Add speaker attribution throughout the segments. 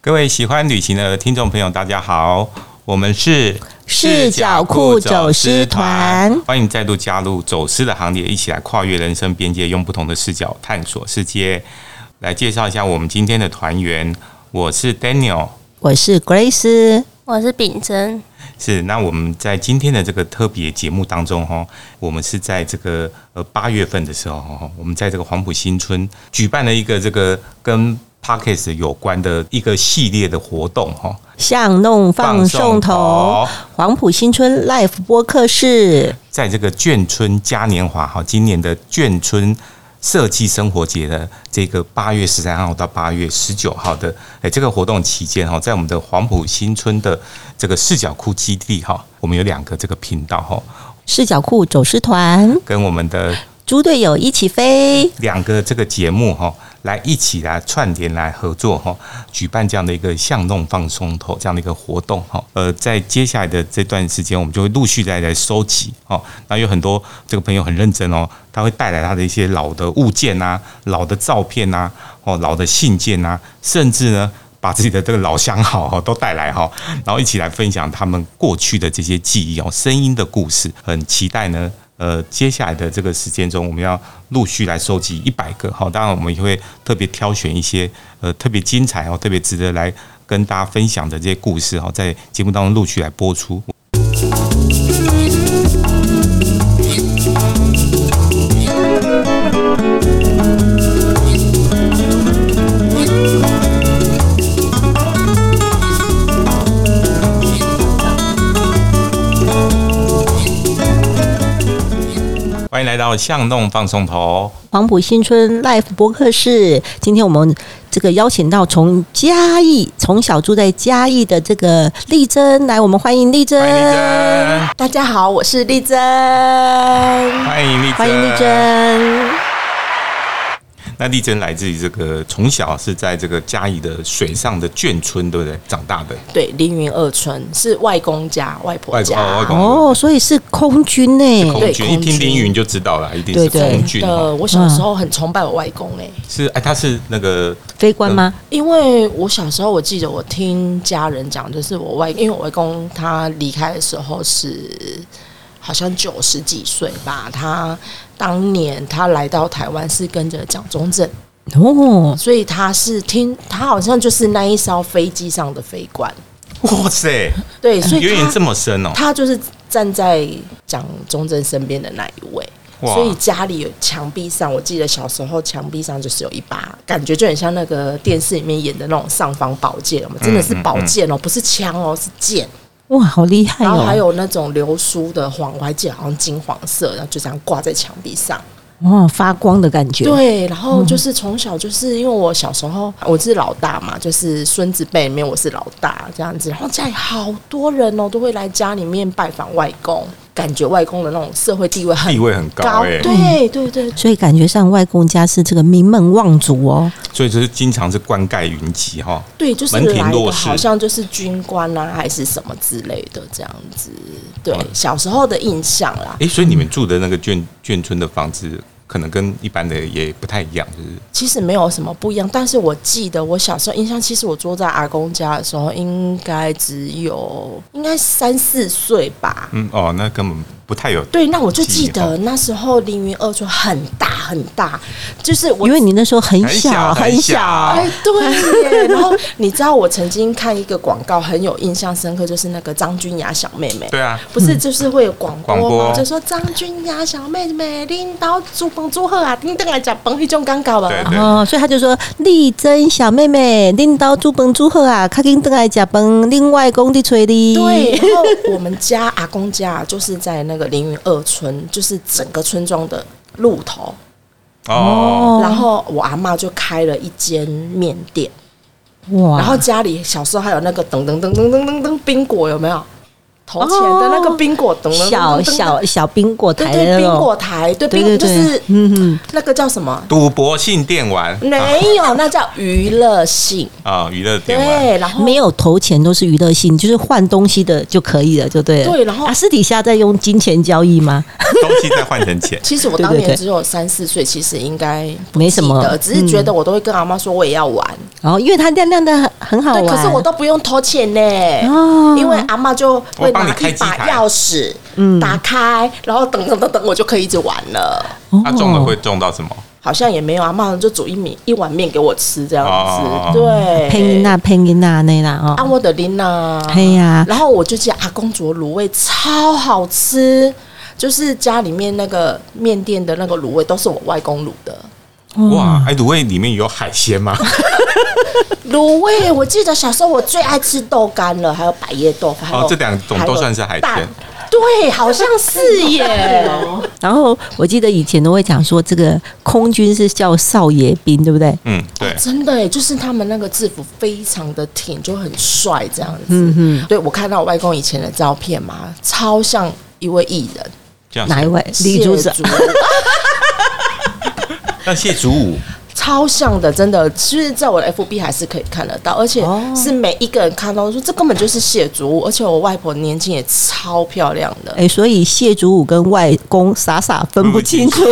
Speaker 1: 各位喜欢旅行的听众朋友，大家好，我们是
Speaker 2: 视角库走失团
Speaker 1: 欢迎再度加入走失的行列，一起来跨越人生边界，用不同的视角探索世界。来介绍一下我们今天的团员，我是 Daniel，
Speaker 2: 我是 Grace，
Speaker 3: 我是秉真，
Speaker 1: 是，那我们在今天的这个特别节目当中，哈，我们是在这个呃八月份的时候，哈，我们在这个黄埔新村举办了一个这个跟 p o c k e t 有关的一个系列的活动，哈，
Speaker 2: 向弄放送头，黄埔新村 Life 播客室，
Speaker 1: 在这个眷村嘉年华，哈，今年的眷村。设计生活节的这个八月十三号到八月十九号的，哎，这个活动期间哈，在我们的黄埔新村的这个视角库基地哈，我们有两个这个频道哈，
Speaker 2: 视角库走失团，
Speaker 1: 跟我们的
Speaker 2: 猪队友一起飞，
Speaker 1: 两个这个节目哈，来一起来串联来合作哈，举办这样的一个巷弄放松头这样的一个活动哈。呃，在接下来的这段时间，我们就会陆续再来收集哦。那有很多这个朋友很认真哦，他会带来他的一些老的物件啊、老的照片啊、哦老的信件啊，甚至呢。把自己的这个老相好哈都带来哈，然后一起来分享他们过去的这些记忆哦，声音的故事，很期待呢。呃，接下来的这个时间中，我们要陆续来收集一百个哈，当然我们也会特别挑选一些呃特别精彩哦，特别值得来跟大家分享的这些故事哈，在节目当中陆续来播出。欢迎来到巷弄放送头，
Speaker 2: 黄埔新村 Life 播客室。今天我们这个邀请到从嘉义，从小住在嘉义的这个丽珍来，我们欢迎丽珍，
Speaker 1: 欢迎丽珍，
Speaker 4: 大家好，我是丽珍。
Speaker 1: 欢迎丽珍，
Speaker 2: 欢迎丽。珍。
Speaker 1: 那丽珍来自于这个从小是在这个嘉义的水上的眷村，对不对？长大的
Speaker 4: 对，凌云二村是外公家、外婆
Speaker 1: 外公
Speaker 4: 家。
Speaker 1: 哦外公
Speaker 2: 哦，所以是空军呢、
Speaker 1: 空
Speaker 4: 对
Speaker 1: 军，
Speaker 4: 空
Speaker 1: 一听
Speaker 4: 军
Speaker 1: 凌云就知道了，一定是
Speaker 2: 对对
Speaker 1: 空军
Speaker 4: 的，
Speaker 1: 哈。
Speaker 4: 我小时候很崇拜我外公哎、
Speaker 1: 是哎，他是那个
Speaker 2: 飞官吗？
Speaker 4: 因为我小时候我记得我听家人讲，就是我外，因为我外公他离开的时候是好像九十几岁吧，他当年他来到台湾是跟着蒋中正，
Speaker 1: 嗯
Speaker 2: 哦，
Speaker 4: 所以他是听他好像就是那一艘飞机上的飞官，
Speaker 1: 哇塞，
Speaker 4: 对，所以
Speaker 1: 渊源
Speaker 4: 他
Speaker 1: 这么深哦，
Speaker 4: 他就是站在蒋中正身边的那一位，
Speaker 1: 哇
Speaker 4: 所以家里有墙壁上，我记得小时候墙壁上就是有一把，感觉就很像那个电视里面演的那种尚方宝剑，我们真的是宝
Speaker 1: 嗯
Speaker 4: 剑哦，不是枪哦，是剑。
Speaker 2: 哇，好厉
Speaker 1: 哎
Speaker 2: 害
Speaker 4: 然后
Speaker 2: 哦！
Speaker 4: 还有那种流苏的黄，我还记得好像金黄色，然后就这样挂在墙壁上。
Speaker 2: 哦，发光的感觉。
Speaker 4: 对，啊然后就是从小就是因为我小时候我是老大嘛，就是孙子辈里面我是老大这样子，然后家里好多人哦都会来家里面拜访外公，感觉外公的那种社会地位很
Speaker 1: 地位很高
Speaker 4: 高，
Speaker 1: 哎，
Speaker 4: 对对对
Speaker 2: 所以感觉上外公家是这个名门望族哦。
Speaker 1: 所以就是经常是冠盖云集哈。
Speaker 4: 对，就是
Speaker 1: 门庭
Speaker 4: 来
Speaker 1: 若
Speaker 4: 的
Speaker 1: 市
Speaker 4: 好像就是军官啊还是什么之类的这样子，对
Speaker 1: 哦，
Speaker 4: 小时候的印象啦。
Speaker 1: 哎、所以你们住的那个眷眷村的房子，可能跟一般的也不太一样，就是
Speaker 4: 其实没有什么不一样，但是我记得我小时候印象，其实我坐在阿公家的时候，应该只有应该三四岁吧。
Speaker 1: 嗯哦，那根本不太有
Speaker 4: 对，那我就记
Speaker 1: 记忆
Speaker 4: 得那时候凌云二村很大很大，就是我
Speaker 2: 因为你那时候很小
Speaker 1: 很
Speaker 2: 很
Speaker 1: 小
Speaker 2: 小，
Speaker 4: 哎对 耶，然后你知道我曾经看一个广告很有印象深刻，就是那个张君雅小妹妹。
Speaker 1: 对啊，
Speaker 4: 不是，就是会有广播
Speaker 1: 广
Speaker 4: 吗？
Speaker 1: 播
Speaker 4: 就说张君雅小妹妹，领导煮饭煮好啊，叮当来讲饭，迄种广告吧。
Speaker 1: 对对
Speaker 2: 哦，所以他就说丽珍小妹妹，拎刀煮饭煮好啊，卡紧等来食饭，另外公的催你。
Speaker 4: 对，，然后我们家阿公家就是在那个凌云二村，就是整个村庄的路头。
Speaker 1: 哦，
Speaker 4: 然后我阿嬷就开了一间面店，
Speaker 2: 哇，
Speaker 4: 然后家里小时候还有那个噔噔噔噔噔噔噔冰果有没有？投钱的那个冰果，噔噔噔噔噔
Speaker 2: 哦小
Speaker 4: 噔
Speaker 2: 小小冰果
Speaker 4: 对
Speaker 2: 台
Speaker 4: 对
Speaker 2: 的
Speaker 4: 冰
Speaker 2: 哦
Speaker 4: 果台，对
Speaker 2: 对
Speaker 4: 冰
Speaker 2: 对
Speaker 4: 就
Speaker 2: 对，
Speaker 4: 是
Speaker 2: 嗯
Speaker 4: 那个叫什么？
Speaker 1: 赌博性电玩
Speaker 4: 没有，那叫娱乐性。
Speaker 1: 啊，娱乐电玩，
Speaker 4: 对，然后
Speaker 2: 嗯，没有投钱都是娱乐性，就是换东西的就可以了，就对了。
Speaker 4: 对然后
Speaker 2: 啊，私底下在用金钱交易吗？
Speaker 1: 东西再换成
Speaker 4: 。
Speaker 1: 钱
Speaker 4: 其实我
Speaker 2: 对对
Speaker 4: 当年
Speaker 2: 对
Speaker 4: 只有三四岁，其实应该不
Speaker 2: 没什么
Speaker 4: 记得只是觉得我都会跟阿妈说我也要玩，
Speaker 2: 然哦后因为它亮亮的很好玩。
Speaker 4: 对，可是我都不用投钱呢、
Speaker 2: 嗯哦
Speaker 4: 因为阿妈就会
Speaker 1: 我帮你
Speaker 4: 拿
Speaker 1: 开
Speaker 4: 一
Speaker 1: 机
Speaker 4: 把
Speaker 1: 台
Speaker 4: 钥匙，
Speaker 2: 嗯
Speaker 4: 打开，然后等等等等，我就可以一直玩了。
Speaker 2: 哦
Speaker 1: 它啊中
Speaker 4: 哦
Speaker 1: 了会中到什么？
Speaker 4: 好像也没有阿啊妈就煮一米一碗面给我吃这样子，
Speaker 1: 哦
Speaker 4: 对，
Speaker 2: 配音呐，啊配音呐，那啦
Speaker 4: 啊，
Speaker 2: 哦，
Speaker 4: 我的琳娜，
Speaker 2: 嘿呀
Speaker 4: 然后我就记得阿公煮的卤味超好吃，就是家里面那个面店的那个卤味都是我外公卤的。
Speaker 1: 哇！哎，卤味里面有海鲜吗？
Speaker 4: 卤味，我记得小时候我最爱吃豆干了，还有百叶豆腐，还有
Speaker 1: 哦这两种都算是海鲜。
Speaker 4: 还有蛋对，好像是耶。
Speaker 2: 然后我记得以前都会讲说，这个空军是叫少爷兵，对不对？
Speaker 1: 嗯，对。
Speaker 4: 真的耶，就是他们那个制服非常的挺，就很帅这样子。嗯对我看到我外公以前的照片嘛，超像一位艺人，
Speaker 1: 这样
Speaker 2: 哪一位？李
Speaker 4: 谢
Speaker 2: 主子。
Speaker 1: 那谢祖武
Speaker 4: 超像的，真的，其实在我的 FB 还是可以看得到，而且
Speaker 2: 哦
Speaker 4: 是每一个人看到都说这根本就是谢祖武，而且我外婆年轻也超漂亮的，
Speaker 2: 哎，所以谢祖武跟外公傻傻分不清楚。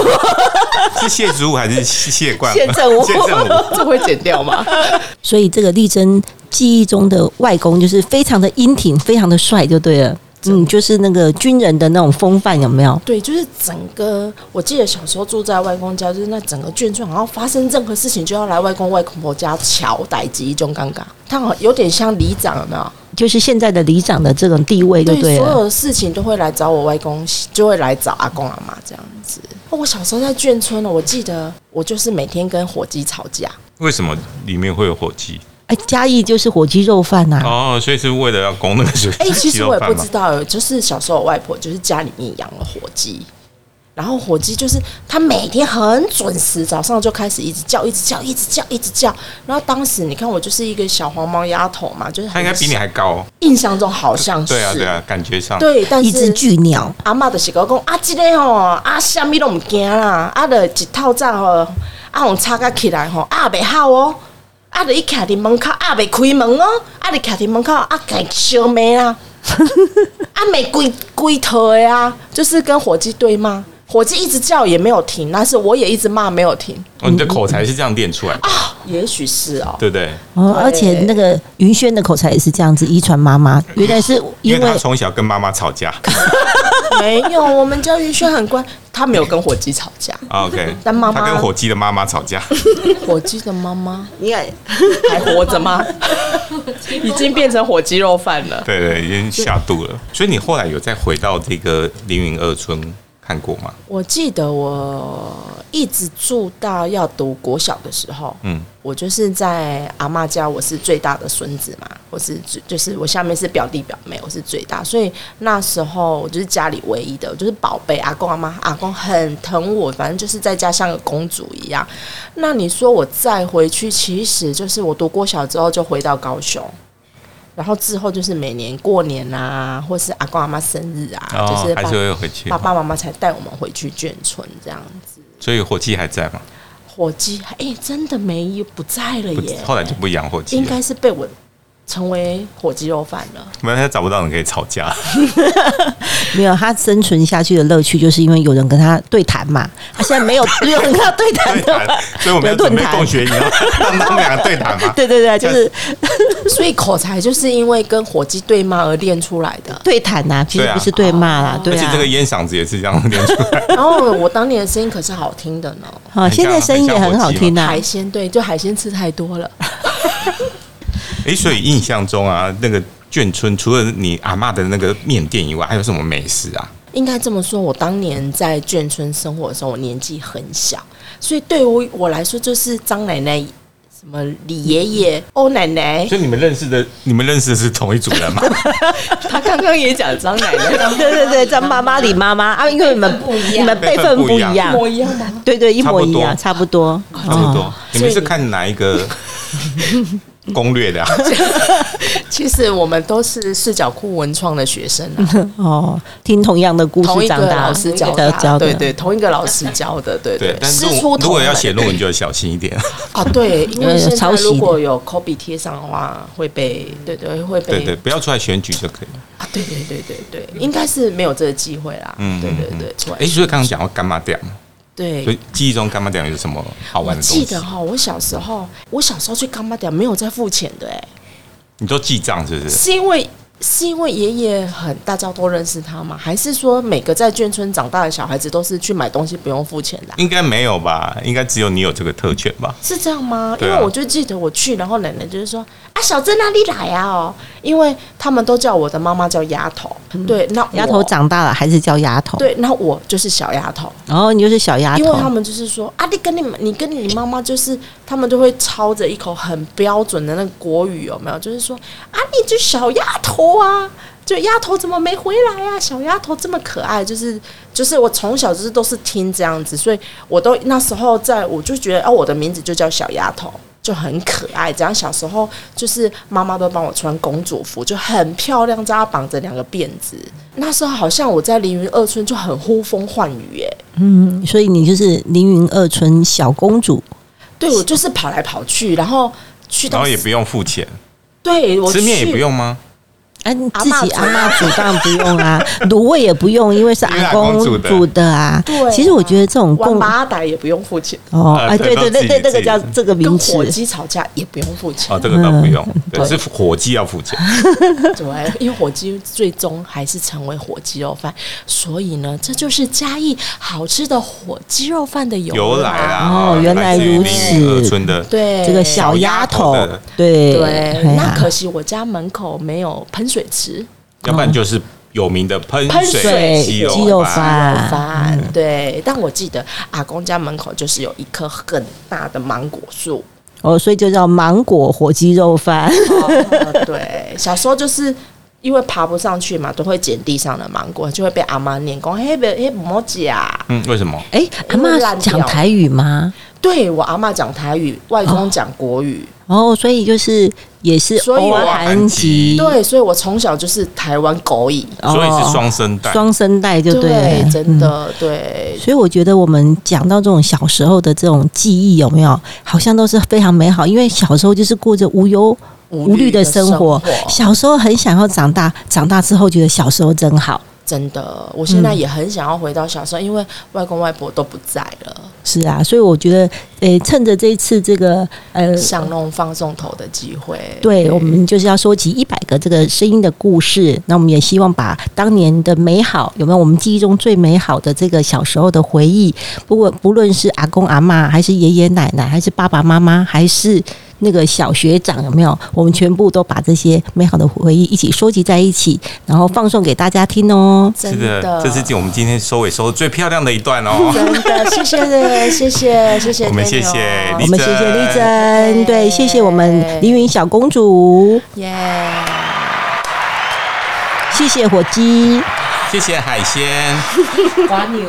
Speaker 1: 是谢祖武还是谢冠？
Speaker 2: 谢振武
Speaker 1: 谢振武
Speaker 4: 这会剪掉吗？
Speaker 2: 所以这个丽珍记忆中的外公就是非常的英挺，非常的帅，就对了。嗯，就是那个军人的那种风范，有没有？
Speaker 4: 对，就是整个，我记得小时候住在外公家，就是那整个眷村，好像发生任何事情就要来外公外公婆家瞧逮及一种尴尬，他好像有点像里长，有没有？
Speaker 2: 就是现在的里长的这种地位，就对啊
Speaker 4: 所
Speaker 2: 了。
Speaker 4: 有的事情都会来找我外公，就会来找阿公阿妈这样子。哦我小时候在眷村呢，我记得我就是每天跟伙计吵架。
Speaker 1: 为什么里面会有火鸡？
Speaker 2: 哎，嘉义就是火鸡肉饭啊呐、
Speaker 1: 哦，所以是为了要供那个水
Speaker 4: 嗯哎、其
Speaker 1: 鸡
Speaker 4: 实
Speaker 1: 肉
Speaker 4: 我也
Speaker 1: 饭
Speaker 4: 不
Speaker 1: 吗
Speaker 4: 知？道，就是小时候我外婆就是家里面养了火鸡，然后火鸡就是它每天很准时，早上就开始一直叫，一直叫，一直叫，一直叫。然后当时你看我就是一个小黄毛丫头嘛，就是
Speaker 1: 他应该比你还高哦。
Speaker 4: 印象中好像是
Speaker 1: 对啊，对啊，感觉上。
Speaker 4: 对但
Speaker 2: 一只
Speaker 4: 是。
Speaker 2: 巨鸟，
Speaker 4: 阿嬷就是甲我讲，啊，即、个吼，啊，啥物都毋惊啦，啊，就一透早吼，啊，互吵甲起来吼，啊，袂好哦，啊，就伊徛伫门口，啊，袂开门哦，啊，就徛伫门口，啊，家小骂啦，啊，骂规规套的啊，就是跟伙计对骂，伙计一直叫也没有停，但是我也一直骂没有停，
Speaker 1: 哦，你的口才是这样练出
Speaker 4: 啊
Speaker 1: 来的，
Speaker 4: 也许是哦，
Speaker 1: 对不对？
Speaker 2: 哦，而且那个云轩的口才也是这样子，遗传妈妈，原来是
Speaker 1: 因
Speaker 2: 因
Speaker 1: 为
Speaker 2: 为
Speaker 1: 他从小跟妈妈吵 架。
Speaker 4: 没有，我们教育轩很乖，他没有跟伙计吵架，
Speaker 1: 啊 OK，
Speaker 4: 但妈妈
Speaker 1: 他跟火鸡的妈妈吵架，
Speaker 4: 伙计的妈妈
Speaker 2: 你看
Speaker 4: 还活着吗？ 已经变成火鸡肉饭了。
Speaker 1: 对对，已经下肚 了。所以你后来有再回到这个凌云二村看过吗？
Speaker 4: 我记得我一直住到要读国小的时候，
Speaker 1: 嗯，
Speaker 4: 我就是在阿妈家，我是最大的孙子嘛，我是最就是我下面是表弟表妹，我是最大，所以那时候我就是家里唯一的，我就是宝贝。阿公阿妈，阿公很疼我，反正就是在家像个公主一样。那你说我再回去，其实就是我读国小之后就回到高雄。然后之后就是每年过年啊，或是阿公阿妈生日啊，
Speaker 1: 哦
Speaker 4: 就是，
Speaker 1: 还
Speaker 4: 爸
Speaker 1: 是会回去
Speaker 4: 爸。爸妈妈才带我们回去眷村这样子。
Speaker 1: 所以火鸡还在吗？
Speaker 4: 火鸡，哎、真的没有不在了
Speaker 1: 不
Speaker 4: 耶，
Speaker 1: 后来就不养火鸡
Speaker 4: 应
Speaker 1: 了，
Speaker 4: 该是被我成为火鸡肉饭了。
Speaker 1: 不然他找不到人可以吵架。
Speaker 2: 没有他生存下去的乐趣，就是因为有人跟他对谈嘛。他现在 没有没有人跟他对谈
Speaker 1: 对
Speaker 2: 的
Speaker 1: 谈
Speaker 2: 嘛，，
Speaker 1: 所以我们要
Speaker 2: 有
Speaker 1: 准
Speaker 2: 论
Speaker 1: 备
Speaker 2: 坛
Speaker 1: 共。学，你要让他们两个对谈
Speaker 4: 啊
Speaker 1: 吗？
Speaker 2: 对对对，就是。
Speaker 4: 所以口才就是因为跟火鸡对骂而练出来的
Speaker 2: 对谈呐、其实
Speaker 1: 对啊
Speaker 2: 不是对骂啦，
Speaker 1: 而
Speaker 2: 对
Speaker 1: 且这个
Speaker 2: 啊。
Speaker 1: 烟嗓子也是这样 练出来。
Speaker 4: 然后我当年的声音可是好听的呢，
Speaker 2: 好，哦现在声音也很好听啊呐、
Speaker 4: 海鲜对，就海鲜吃太多了。
Speaker 1: 哎，所以印象中啊，那个眷村除了你阿嬷的那个面店以外，还有什么美食啊？
Speaker 4: 应该这么说，我当年在眷村生活的时候，我年纪很小，所以对于我来说，就是张奶奶、什么李爷爷、欧 奶奶，
Speaker 1: 所以你们认识的，你们认识的是同一组人 吗？
Speaker 4: 他刚刚也讲张奶奶，
Speaker 2: 对对对，张妈妈、李妈妈啊，因为你 们
Speaker 3: 辈分不一
Speaker 2: 你
Speaker 3: 样
Speaker 2: 们辈分不一样，
Speaker 4: 一样吗？
Speaker 2: 对对，一模一样，
Speaker 1: 差
Speaker 2: 差不多，
Speaker 4: 嗯
Speaker 1: 差不多
Speaker 2: 哦。。
Speaker 1: 你们是看哪一个攻略 的啊？
Speaker 4: 其实我们都是视角库文创的学生 啊，
Speaker 2: 哦，听同样的故
Speaker 4: 同
Speaker 2: 事
Speaker 4: 一
Speaker 2: 长
Speaker 4: 个
Speaker 2: 大，
Speaker 4: 老师教
Speaker 2: 的教
Speaker 4: 对
Speaker 2: 的，
Speaker 4: 对，同一个老师教的，对
Speaker 1: 对，但是
Speaker 4: 师出
Speaker 1: 如
Speaker 4: 同
Speaker 1: 果
Speaker 4: 门
Speaker 1: 要写论文，就要小心一点。
Speaker 4: 啊，对，因
Speaker 2: 呃
Speaker 4: 为现在
Speaker 2: 抄袭的
Speaker 4: 如果有 copy 贴上的话，会被对对会被
Speaker 1: 对对，不要出来选举就可以了。
Speaker 4: 啊，对对对对对，应该是没有这个机会啦，
Speaker 1: 嗯
Speaker 4: 对对对，出来
Speaker 1: 哎，所以刚刚讲到干妈店，
Speaker 4: 对
Speaker 1: 所，以记忆中干妈店有什么好玩
Speaker 4: 我
Speaker 1: 的东
Speaker 4: 记
Speaker 1: 西
Speaker 4: 得？哈，我小时候，我小时候去干妈店没有在付钱的哎、
Speaker 1: 你都记账是不是？
Speaker 4: 是因为是因为爷爷很大家都认识他吗？还是说每个在眷村长大的小孩子都是去买东西不用付钱的啊、
Speaker 1: 应该没有吧？应该只有你有这个特权吧？
Speaker 4: 是这样吗？因
Speaker 1: 对啊
Speaker 4: 为我就记得我去，然后奶奶就是说啊，小珍哪里来啊？哦，因为他们都叫我的妈妈叫丫头，对，那我
Speaker 2: 嗯丫头，长大了还是叫丫头，
Speaker 4: 对，那我就是小丫头，
Speaker 2: 然后你就是小丫头，
Speaker 4: 因为他们就是说啊，你跟你你跟你妈妈就是，他们就会操着一口很标准的那个国语，有没有？就是说啊，你这小丫头啊，就丫头怎么没回来啊？小丫头这么可爱，就是 就是我从小就是都是听这样子，所以我都那时候在我就觉得哦、我的名字就叫小丫头。就很可爱，这样小时候就是妈妈都帮我穿公主服，就很漂亮，这样绑着两个辫子。那时候好像我在凌云二村就很呼风唤雨、耶。
Speaker 2: 嗯，所以你就是凌云二村小公主，
Speaker 4: 对我就是跑来跑去，然后去
Speaker 1: 然
Speaker 4: 到
Speaker 1: 后也不用付钱，
Speaker 4: 对我
Speaker 1: 吃面也
Speaker 4: 去
Speaker 1: 不，用吗？
Speaker 2: 啊，你
Speaker 4: 阿
Speaker 2: 自
Speaker 4: 嬷
Speaker 2: 己
Speaker 4: 煮
Speaker 2: 阿嬷煮当然不用啦、 卤味也不用，因为是
Speaker 1: 因为
Speaker 2: 阿
Speaker 1: 阿公
Speaker 2: 公
Speaker 1: 煮的
Speaker 2: 煮的啊。
Speaker 4: 对啊
Speaker 2: 其实我觉得这种
Speaker 4: 玩
Speaker 2: 共
Speaker 4: 马打也不用付钱，
Speaker 2: 哦，
Speaker 1: 呃
Speaker 2: 哎，对
Speaker 1: 都
Speaker 2: 对对
Speaker 1: 自己
Speaker 2: 对，这
Speaker 1: 自
Speaker 2: 个
Speaker 1: 己
Speaker 2: 叫这个名
Speaker 4: 跟火
Speaker 2: 词。
Speaker 4: 鸡吵架也不用付钱，
Speaker 1: 哦，这个倒不用，对，
Speaker 4: 对
Speaker 1: 是火鸡要付钱。
Speaker 4: 对，因为火鸡最终还是成为火鸡肉饭，所以呢，这就是嘉义好吃的火鸡肉饭的
Speaker 1: 由来
Speaker 4: 来。嗯
Speaker 1: 啊，
Speaker 2: 哦原来
Speaker 1: 自于
Speaker 2: 如
Speaker 1: 林
Speaker 2: 此
Speaker 1: 雨儿村的，
Speaker 4: 对，
Speaker 2: 这个小丫头
Speaker 1: 小丫头的，
Speaker 2: 对
Speaker 4: 对，
Speaker 2: 哎呀
Speaker 4: 那可惜我家门口没有喷水池
Speaker 1: 要不然就是有名的喷
Speaker 4: 喷
Speaker 1: 水
Speaker 4: 水
Speaker 1: 鸡
Speaker 2: 鸡肉
Speaker 1: 饭。
Speaker 2: 饭
Speaker 4: 饭，
Speaker 2: 嗯
Speaker 4: 对，但我记得阿公家门口就是有一棵很大的芒果树，
Speaker 2: 哦，所以就叫芒果火鸡肉 饭。
Speaker 4: 哦对，小时候就是因为爬不上去嘛，都会捡地上的芒果，就会被阿妈念讲：“嘿，别嘿，莫假。
Speaker 1: 嗯，为什么？
Speaker 2: 哎，阿
Speaker 4: 因为
Speaker 2: 妈
Speaker 4: 烂
Speaker 2: 讲
Speaker 4: 掉
Speaker 2: 台语吗？”
Speaker 4: 对我阿妈讲台语，外公讲国语，
Speaker 2: 哦，所以就是也是
Speaker 4: 所以
Speaker 2: 偶
Speaker 4: 我
Speaker 2: 尔含吉，
Speaker 4: 对，所以我从小就是台湾狗语。
Speaker 2: 哦，
Speaker 1: 所以是双声带。
Speaker 2: 双声带就对了，
Speaker 4: 对，真
Speaker 2: 嗯
Speaker 4: 的对，
Speaker 2: 所以我觉得我们讲到这种小时候的这种记忆，有没有好像都是非常美好？因为小时候就是过着无忧无虑的生活，小时候很想要长大，长大之后觉得小时候真好，
Speaker 4: 真的，我现在也很想要回到小时候，因为外公外婆都不在了，
Speaker 2: 是啊。所以我觉得，诶、趁着这一次这个呃。
Speaker 4: 想弄放送头的机会。
Speaker 2: 对，我们就是要收集一百个这个声音的故事。那我们也希望把当年的美好，有没有我们记忆中最美好的这个小时候的回忆？不过不论是阿公阿妈，还是爷爷奶奶，还是爸爸妈妈，还是那个小学长，有没有？我们全部都把这些美好的回忆一起收集在一起，然后放送给大家听哦。
Speaker 1: 是
Speaker 4: 真
Speaker 1: 的
Speaker 4: 的，，
Speaker 1: 这是我们今天收尾收的最漂亮的一段哦。
Speaker 4: 真的，谢谢，谢谢，谢谢 Daniel，
Speaker 1: 我们谢谢
Speaker 2: 我
Speaker 1: 丽
Speaker 2: 们谢谢丽珍，
Speaker 4: 珍
Speaker 2: 对，谢谢我们凌云小公主，
Speaker 4: 耶、
Speaker 2: 谢谢火鸡。
Speaker 1: 谢谢海鲜。
Speaker 4: 瓜牛。